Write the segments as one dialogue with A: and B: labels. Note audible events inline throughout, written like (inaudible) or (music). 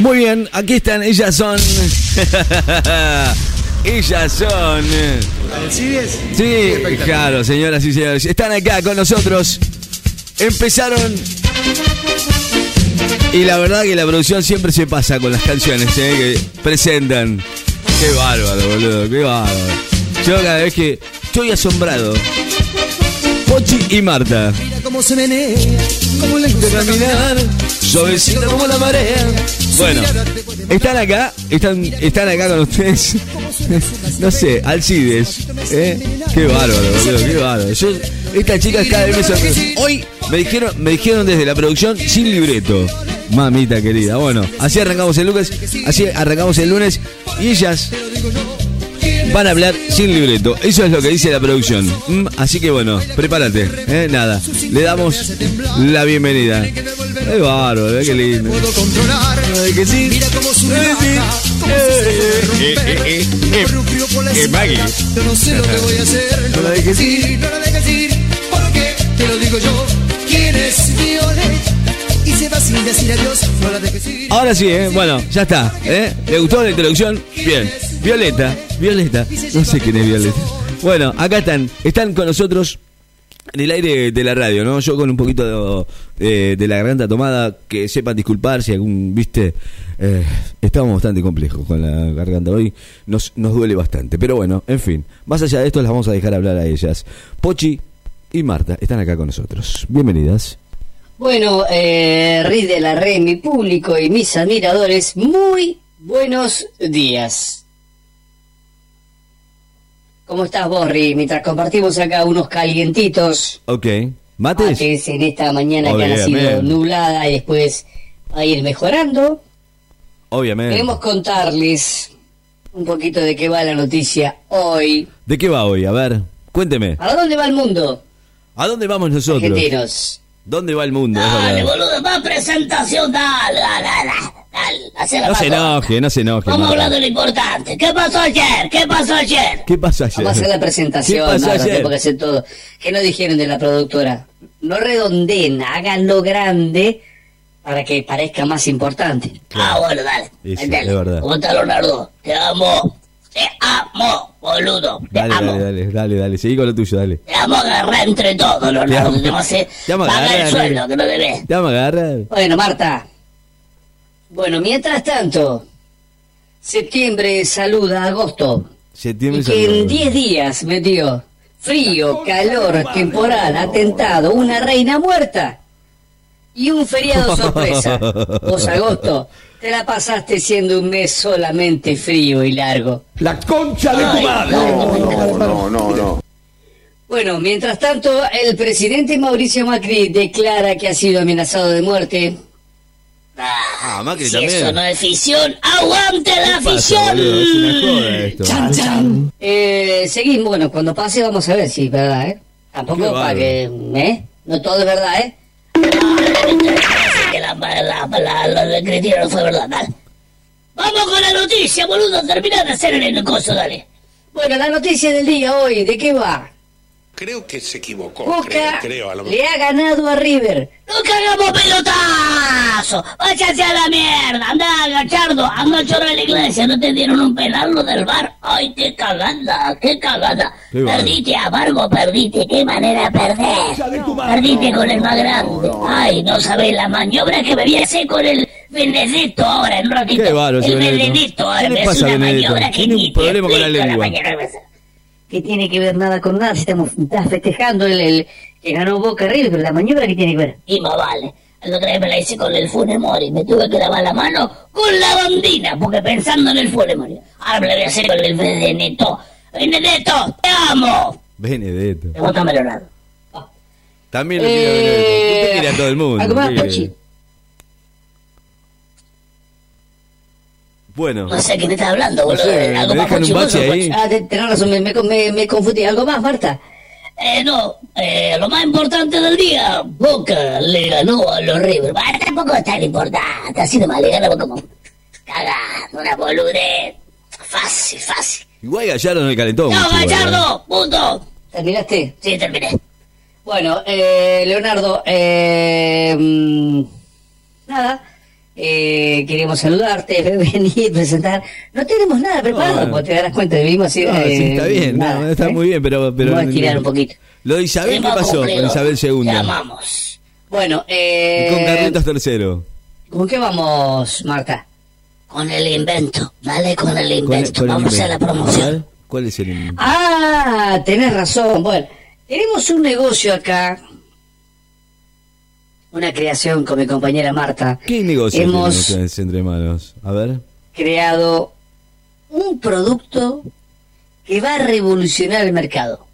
A: Muy bien, aquí están, ellas son. (laughs) ellas son.
B: ¿Sigues?
A: Sí, claro, señoras y señores. Están acá con nosotros. Empezaron. Y la verdad que la producción siempre se pasa con las canciones ¿eh? que presentan. Qué bárbaro, boludo, qué bárbaro. Yo cada vez que estoy asombrado. Pochi y Marta.
B: Mira cómo se menea, cómo le gusta
A: Caminar, suavecito como la marea. Bueno, están acá, están, están acá con ustedes. (laughs) No sé, Alcides. ¿eh? Qué bárbaro, boludo, qué bárbaro. Yo, estas chicas cada vez me sorprenden. Hoy me dijeron, me dijeron desde la producción sin libreto. Mamita querida. Bueno, así arrancamos el lunes, así arrancamos el lunes y ellas van a hablar sin libreto. Eso es lo que dice la producción. Mm, así que bueno, prepárate. ¿eh? Nada, le damos la bienvenida. Es bárbaro, ¿eh? qué lindo.
B: Puedo controlar.
A: Ay, que sí.
B: Mira cómo sube y
A: Eh, sí. Eh,
C: eh, eh,
B: baja, cómo se sube y rompe.
C: eh,
B: Como
C: eh,
B: rugió por la
C: eh,
B: espalda.
C: Maggie.
B: Yo no sé lo que voy a hacer.
A: No la dejes
B: ir, no la dejes ir. Porque te lo digo yo. ¿Quién es Violet? Y se va sin decir adiós. No la dejes ir.
A: Ahora sí, ¿eh? bueno, ya está. ¿eh? ¿Le gustó la introducción? Bien. Violeta, Violeta. No sé quién es Violeta. Bueno, acá están. Están con nosotros en el aire de la radio, ¿no? Yo con un poquito de, eh, de la garganta tomada, que sepan disculpar si algún, viste, eh, estábamos bastante complejos con la garganta hoy, nos, nos duele bastante. Pero bueno, en fin, más allá de esto las vamos a dejar hablar a ellas. Pochi y Marta están acá con nosotros. Bienvenidas.
D: Bueno, eh, Riz de la Red, mi público y mis admiradores, muy buenos días. ¿Cómo estás vos, Riz? Mientras compartimos acá unos calientitos
A: Ok. ¿Mates?
D: mates en esta mañana que ha sido
A: Obviamente.
D: nublada y después va a ir mejorando,
A: Obviamente.
D: queremos contarles un poquito de qué va la noticia hoy.
A: ¿De qué va hoy? A ver, cuénteme.
D: ¿Para dónde va el mundo,
A: ¿A dónde vamos nosotros?
D: argentinos?
A: ¿Dónde va el mundo? Es
D: Dale,
A: verdad.
D: boludo, más presentación, dale, dale, dale, dale, hacé la
A: No se
D: paco.
A: enoje, no se enoje.
D: Vamos
A: Marta.
D: hablando de lo importante. ¿Qué pasó ayer? ¿Qué pasó ayer?
A: ¿Qué pasó ayer?
D: Vamos a hacer la
A: ¿Qué
D: presentación,
A: pasó
D: Marta,
A: ayer?
D: tengo que hacer todo. ¿Qué nos dijeron de la productora? No redondeen, háganlo grande para que parezca más importante. Ah, bueno, dale.
A: Y sí,
D: Dale.
A: es verdad.
D: ¿Cómo está Leonardo? Te amo. Te amo, boludo. Te
A: Dale,
D: amo.
A: dale, dale, dale, dale. Seguí con lo tuyo, dale.
D: Te amo agarrar entre todos, Leonardo.
A: Te amo.
D: Te vamos a hacer
A: Te amo
D: pagar
A: agarrar,
D: el
A: nene.
D: sueldo que no debes.
A: Te vamos a agarrar.
D: Bueno, Marta. Bueno, mientras tanto, septiembre saluda a agosto.
A: Septiembre
D: y que
A: saluda a
D: en
A: agosto.
D: 10 días metió frío, calor, temporal, atentado, una reina muerta y un feriado
A: (laughs)
D: sorpresa. Vos, agosto, te la pasaste siendo un mes solamente frío y largo.
E: La concha de
D: Ay,
E: tu madre.
F: No, no, no, no.
D: Bueno, mientras tanto, el presidente Mauricio Macri declara que ha sido amenazado de muerte.
A: Ah, Macri
D: Si eso no es ficción, aguante la
A: ¿Qué pasa,
D: ficción.
A: boludo? Es una joda esto.
D: Eh, seguimos, bueno, cuando pase vamos a ver si es verdad, ¿eh? Tampoco
A: Qué
D: para
A: bárbaro.
D: que, ¿eh? No todo es verdad, ¿eh? que la, la, la, la de Cristina no fue verdad, dale. Vamos con la noticia, boludo, termina de hacer el coso, dale. Bueno, la noticia del día hoy, ¿de qué va?
G: Creo que se equivocó,
D: Boca
G: creo, creo, a lo mejor.
D: le ha ganado a River. ¡No cagamos pelotazo! ¡Váyase a la mierda! Andá, agachardo, anda a llorar a la iglesia, no te dieron un penal lo del bar. ¡Ay, qué cagada, qué cagada!
A: Qué bárbaro.
D: perdiste, amargo, perdiste, qué manera de perder. Perdiste con el más grande. Ay, no sabés la maniobra que me voy a hacer con el Benedetto ahora en un ratito.
A: Qué bárbaro ese
D: el
A: Benedetto. ¿Qué
D: Benedetto, ahora
A: le
D: me
A: pasa
D: hace
A: a
D: una
A: Benedetto?
D: maniobra que
A: Tiene un
D: ni te
A: problema con la
D: explico
A: lengua.
D: maniobra que me hace que tiene que ver nada con nada, si estamos estás festejando el, el que ganó Boca River, pero la maniobra que tiene que ver. Y más vale, el otro día me la hice con el Funemori, me tuve que lavar la mano con la bandina, porque pensando en el Funemori, ahora me la voy a hacer con el Benedetto. Benedetto, te amo.
A: Benedetto.
D: Te gusta Melonado.
A: También lo
D: Eh,
A: tira Benedetto. Usted tira a todo el mundo. ¿qué quiere? Bueno,
D: No sé quién está hablando, boludo.
A: No sé,
D: algo
A: me
D: más
A: dejan un
D: pochigoso,
A: bache
D: pochi-
A: ahí.
D: Ah, te- tenés razón, me, me- me- me confundí. ¿Algo más, Marta? Eh, no, eh, lo más importante del día, Boca le ganó a los River. Bah, tampoco es tan importante, así nomás le ganamos como... Cagá, una boludez. Fácil, fácil.
A: igual Gallardo no le calentó
D: ¡No,
A: mucho, ¿verdad?
D: Gallardo! ¡Punto! ¿Terminaste? eh, Sí, terminé. Bueno, Leonardo, eh, mm, nada, eh, queremos saludarte, (laughs) venir, presentar. No tenemos nada preparado,
A: bueno.
D: porque te darás cuenta, vivimos así.
A: No,
D: eh,
A: sí, está bien, no,
D: nada,
A: está
D: ¿eh?
A: muy bien, pero. pero
D: Vamos a estirar un poquito.
A: Lo de Isabel, ¿qué
D: Tema
A: pasó
D: completo.
A: con Isabel II?
D: Te amamos. Bueno, eh,
A: Y con Carlitos III.
D: ¿Con qué vamos, Marta? Con el invento, dale con el
A: Con el-
D: invento.
A: con el
D: vamos a
A: invento.
D: la promoción.
A: ver, ¿Cuál es el invento?
D: Ah, tenés razón. Bueno, tenemos un negocio acá. Una creación con mi compañera Marta.
A: ¿Qué negocio tienen
D: Hemos
A: ustedes entre manos? A ver.
D: creado un producto que va a revolucionar el mercado.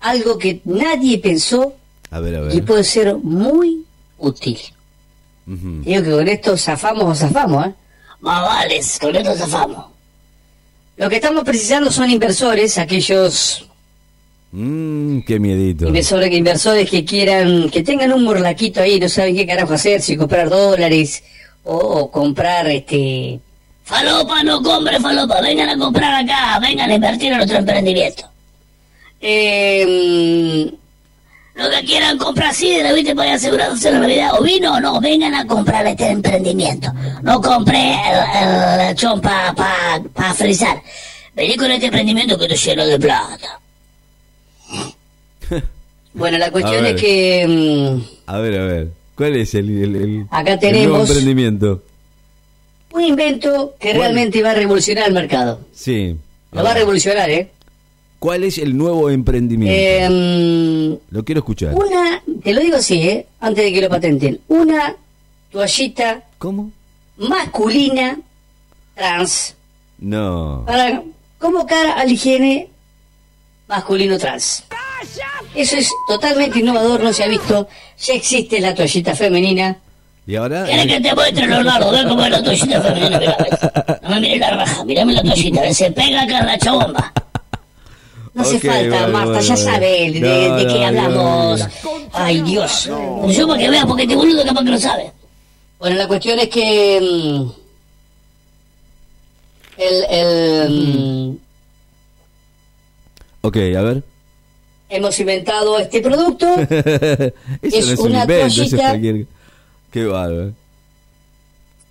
D: Algo que nadie pensó
A: A ver, a ver.
D: y pues- puede ser muy útil.
A: Ujú.
D: Digo que con esto zafamos o zafamos, ¿eh? Más vale, con esto zafamos. Lo que estamos precisando son inversores, aquellos
A: Mm, qué miedito.
D: Inversores, que- inversores que quieran, que tengan un morlaquito ahí, no saben qué carajo hacer, si comprar dólares o, o comprar este... Falopa, no compre falopa, vengan a comprar acá, vengan a invertir en nuestro emprendimiento. em, lo que quieran comprar sidra, viste, para asegurarse la Navidad, o vino, no, vengan a comprar este emprendimiento. No eh, compré el, el lechón para pa, pa frizar. Vení con este emprendimiento que estoy lleno de plata. Bueno, la
A: A
D: cuestión
A: ver.
D: es que mm,
A: A ver, a ver. ¿Cuál es el, el, el-
D: Acá
A: el
D: tenemos-
A: nuevo emprendimiento?
D: un invento que
A: Bueno.
D: realmente va a revolucionar el mercado.
A: Sí.
D: Lo va a revolucionar, ¿eh?
A: ¿Cuál es el nuevo emprendimiento?
D: Eh, mm,
A: Lo quiero escuchar.
D: una, te lo digo así, ¿eh? Antes de que lo patenten. Una toallita
A: ¿Cómo?
D: masculina trans
A: No.
D: para convocar al higiene masculino trans. Eso es totalmente innovador, no se ha visto. Ya existe la toallita femenina.
A: ¿Y ahora?
D: ¿Querés que te muestre, Leonardo? Ve cómo es la toallita femenina, mira, ves. No me mires la raja, mirame la toallita, ves, se pega acá la bomba. No hace
A: Ok,
D: falta,
A: bueno,
D: Marta,
A: bueno,
D: ya
A: bueno.
D: sabe de,
A: No,
D: de
A: no,
D: qué
A: no,
D: hablamos.
A: no.
D: Ay, Dios. Yo para que vea, porque este boludo capaz que no sabe. Bueno, la cuestión es que... mm, El, el, mm,
A: Ok, a ver.
D: Hemos inventado este producto.
A: eso
D: Es
A: no es un
D: una
A: invento, eso es
D: toallita. Eh,
A: cualquier... Qué bárbaro.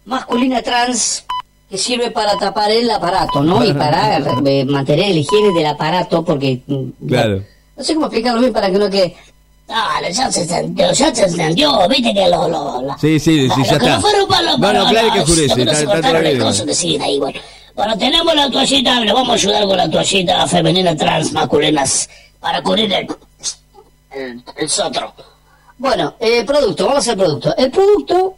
D: masculina trans que sirve para tapar el aparato, ¿no? Y para eh, mantener el higiene del aparato porque... mm,
A: Claro.
D: No sé cómo explicarlo bien para que no que... Dale, ya se entendió, ya se entendió, viste que lo... lo, lo-
A: Sí, sí, sí,
D: los
A: ya
D: que
A: está.
D: No, fueron para los-
A: No, no,
D: para
A: claro
D: los-
A: que jurece,
D: los que no
A: está-
D: se
A: está
D: cortaron
A: todo
D: el
A: bien.
D: coso que siguen ahí, bueno. Bueno, tenemos la toallita, le vamos a ayudar con la toallita femenina trans masculinas para cubrir el, el, el sotro. Bueno, eh, producto, vamos al producto. El producto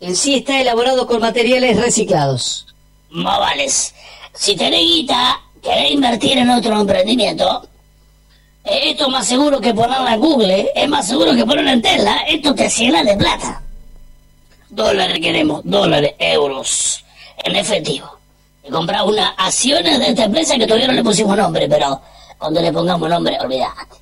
D: en sí está elaborado con materiales reciclados. Más vales. Si tenés guita, querés invertir en otro emprendimiento, eh, esto es más seguro que ponerla en Google, eh. es más seguro que ponerla en Tesla, esto te llena de plata. Dólares queremos, dólares, euros, en efectivo. Y comprar unas acciones de esta empresa que todavía no le pusimos nombre, pero cuando le pongamos nombre, olvidate.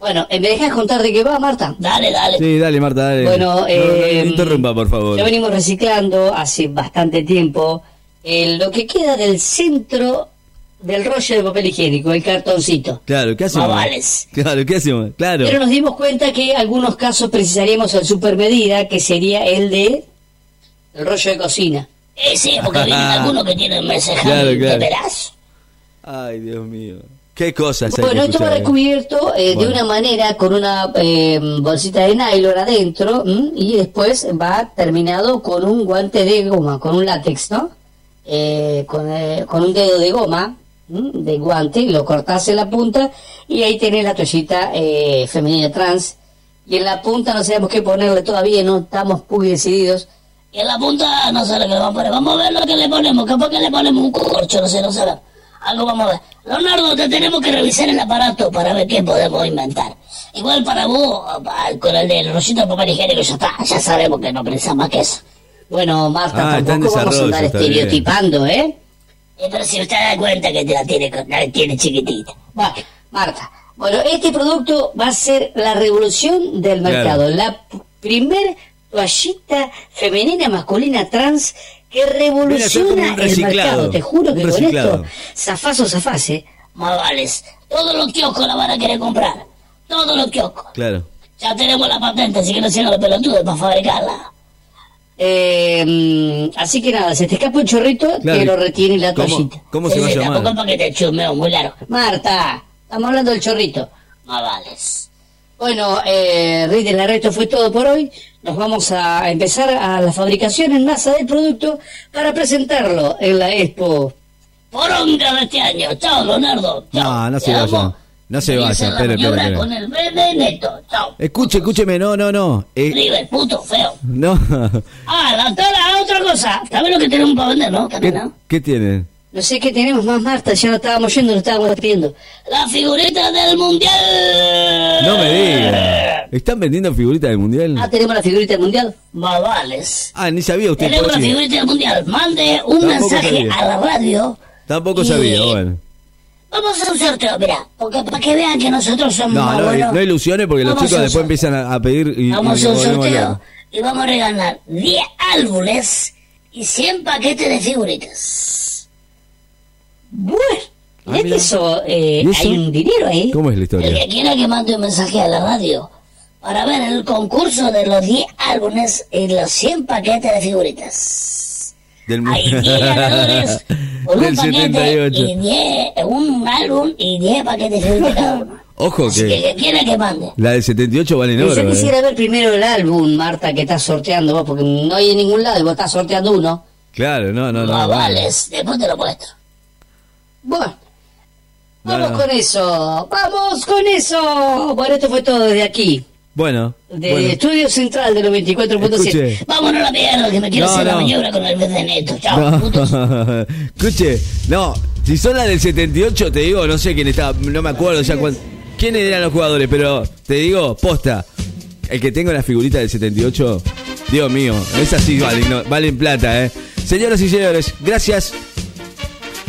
D: Bueno, eh, ¿me dejas contar de qué va, Marta? Dale, dale.
A: Sí, dale, Marta, dale.
D: Bueno,
A: No, no,
D: eh,
A: no interrumpa, por favor.
D: Ya venimos reciclando hace bastante tiempo eh, lo que queda del centro del rollo de papel higiénico, el cartoncito.
A: Claro, ¿qué hacemos?
D: Babales.
A: Claro, ¿qué hacemos? Claro.
D: Pero nos dimos cuenta que en algunos casos precisaríamos el supermedida, que sería el de el rollo de cocina. sí, porque
A: (laughs)
D: vienen algunos que tienen mensajes
A: Claro, claro.
D: de pelazo.
A: Ay, Dios mío. Qué cosas hay
D: Bueno,
A: que
D: esto va
A: escuchar, eh.
D: recubierto eh,
A: Bueno.
D: de una manera con una eh, bolsita de nylon adentro ¿m? y después va terminado con un guante de goma, con un látex, ¿no? Eh, con, eh, con un dedo de goma, ¿m? de guante, lo cortás en la punta y ahí tenés la toallita eh, femenina trans. Y en la punta no sabemos qué ponerle todavía, no estamos muy decididos. Y en la punta no sé lo que vamos a poner. Vamos a ver lo que le ponemos. Capaz que le ponemos un corcho, no sé, no sé. Algo vamos a ver. Leonardo, te tenemos que revisar el aparato para ver qué podemos inventar. Igual para vos, pa- con el del rollito de papel higiénico ya está. Ya sabemos que no pensás más que eso. Bueno, Marta,
A: Ah, está en
D: tampoco vamos a
A: desarrollo,
D: andar
A: está bien.
D: estereotipando, ¿eh? Eh, Pero si usted da cuenta que te la tiene, con- la tiene chiquitita. Bueno, Marta, bueno, este producto va a ser la revolución del
A: Claro.
D: mercado. La p- primer toallita femenina, masculina, trans que
A: Viene a ser como un
D: revoluciona el
A: reciclado,
D: mercado. Te juro que
A: un
D: con
A: reciclado.
D: esto, zafás o zafás, ¿eh? Más vales. Todos los kioscos la van a querer comprar. Todos los kioscos.
A: eh. Claro.
D: Ya tenemos la patente, así que no sean los pelotudos para fabricarla. Eh, así que nada, se te escapa un chorrito,
A: Claro,
D: te
A: y-
D: lo retiene la
A: ¿cómo-
D: toallita.
A: cómo se va a
D: Ese
A: llamar?
D: Tampoco es porque te chumeo muy largo. Marta, estamos hablando del chorrito. Más vales. Bueno, eh, Rey del Arresto fue todo por hoy. Nos vamos a empezar a la fabricación en masa del producto para presentarlo en la Expo. Poronga de este año. Chao, Leonardo.
A: No, no se vaya. No se vaya, espere, espere, espere.
D: el verde neto. Chao.
A: Escuche, escúcheme, no, no, no. Eh,
D: puto, feo.
A: no.
D: Ah, la otra, otra cosa. ¿Sabes lo que tenemos para vender, no?
A: ¿Qué,
D: También, ¿no?
A: qué tiene?
D: No sé qué tenemos más, Marta. Ya no estábamos yendo, no estábamos despidiendo. La figurita del mundial.
A: No me
D: (laughs)
A: diga. ¿Están vendiendo figuritas del
D: Ah,
A: mundial?
D: tenemos la figurita del mundial. Más vales.
A: Ah, ni sabía usted.
D: Tenemos la
A: Pochi.
D: figurita del mundial. Mande un
A: Tampoco
D: mensaje
A: sabía.
D: a la radio.
A: Tampoco
D: Y-
A: sabía, bueno.
D: Vamos a hacer un sorteo, mirá. Porque para que vean que nosotros somos
A: No,
D: más
A: no,
D: buenos.
A: no ilusiones porque los
D: Vamos a
A: chicos
D: un
A: después
D: sorteo.
A: empiezan a, a pedir y, y
D: Vamos a un
A: volvemos
D: sorteo
A: loco.
D: y vamos a regalar 10 álbumes y 100 paquetes de figuritas. Bueno,
A: Ah,
D: ¿ves que
A: mira.
D: eso, eh,
A: ¿Y eso?
D: hay un dinero ahí.
A: ¿Cómo es la historia?
D: El que quiera que mande un mensaje a la radio para ver el concurso de los 10 álbumes y los 100 paquetes de figuritas.
A: Del mu-
D: Hay 10 (laughs) ganadores por un
A: (laughs) Del
D: paquete
A: 78.
D: y 10, un álbum y 10 paquetes de figuritas cada uno.
A: Ojo
D: Así que el
A: que
D: que quiera que mande.
A: la del 78 vale en
D: Pero
A: oro.
D: yo
A: eh.
D: quisiera ver primero el álbum, Marta, que estás sorteando vos, porque no hay en ningún lado y vos estás sorteando uno.
A: Claro, no, no,
D: No,
A: no. Ah, vale.
D: vales, después te lo muestro. Bueno, vamos
A: No, no.
D: con eso, vamos con eso. Bueno, esto fue todo desde aquí,
A: Bueno.
D: de
A: bueno.
D: Estudio Central de los
A: Escuche.
D: 24.7. Vámonos a la mierda, que me quiero
A: No,
D: hacer la
A: no.
D: maniobra con el verde neto. Chao, putos.
A: No. (laughs) Escuche, no, si son las del 78, te digo, no sé quién estaba, no me acuerdo ya cuán- quiénes eran los jugadores, pero te digo, posta, el que tengo la figurita del 78, Dios mío, esas sí valen, no, valen plata, ¿eh? Señoras y señores, gracias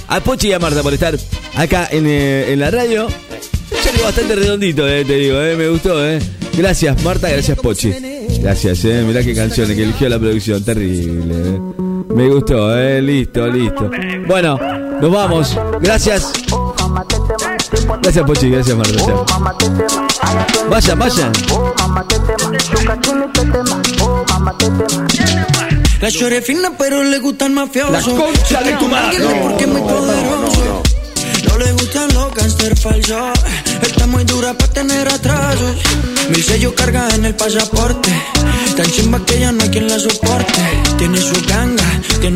A: a Pochi y a Marta por estar acá en, eh, en la radio. Salió bastante redondito, eh, te digo, eh, me gustó, ¿eh? Gracias Marta, gracias Pochi. Gracias, ¿eh? Mirá qué canciones que eligió la producción, terrible. ¿eh? Me gustó, ¿eh? Listo, listo. Bueno, nos vamos. Gracias. Gracias Pochi, gracias Marta. chao. Vayan, vayan.
B: La llore fina, pero le gustan mafiosos.
A: La concha de tu madre.
B: Tranquilo, porque es muy
F: No, no,
B: poderoso. No le gustan los gangster falsos. Está muy dura para tener atrasos. Mil sellos carga en el pasaporte. Tan chimba que ya no hay quien la soporte. Tiene su ganga, tiene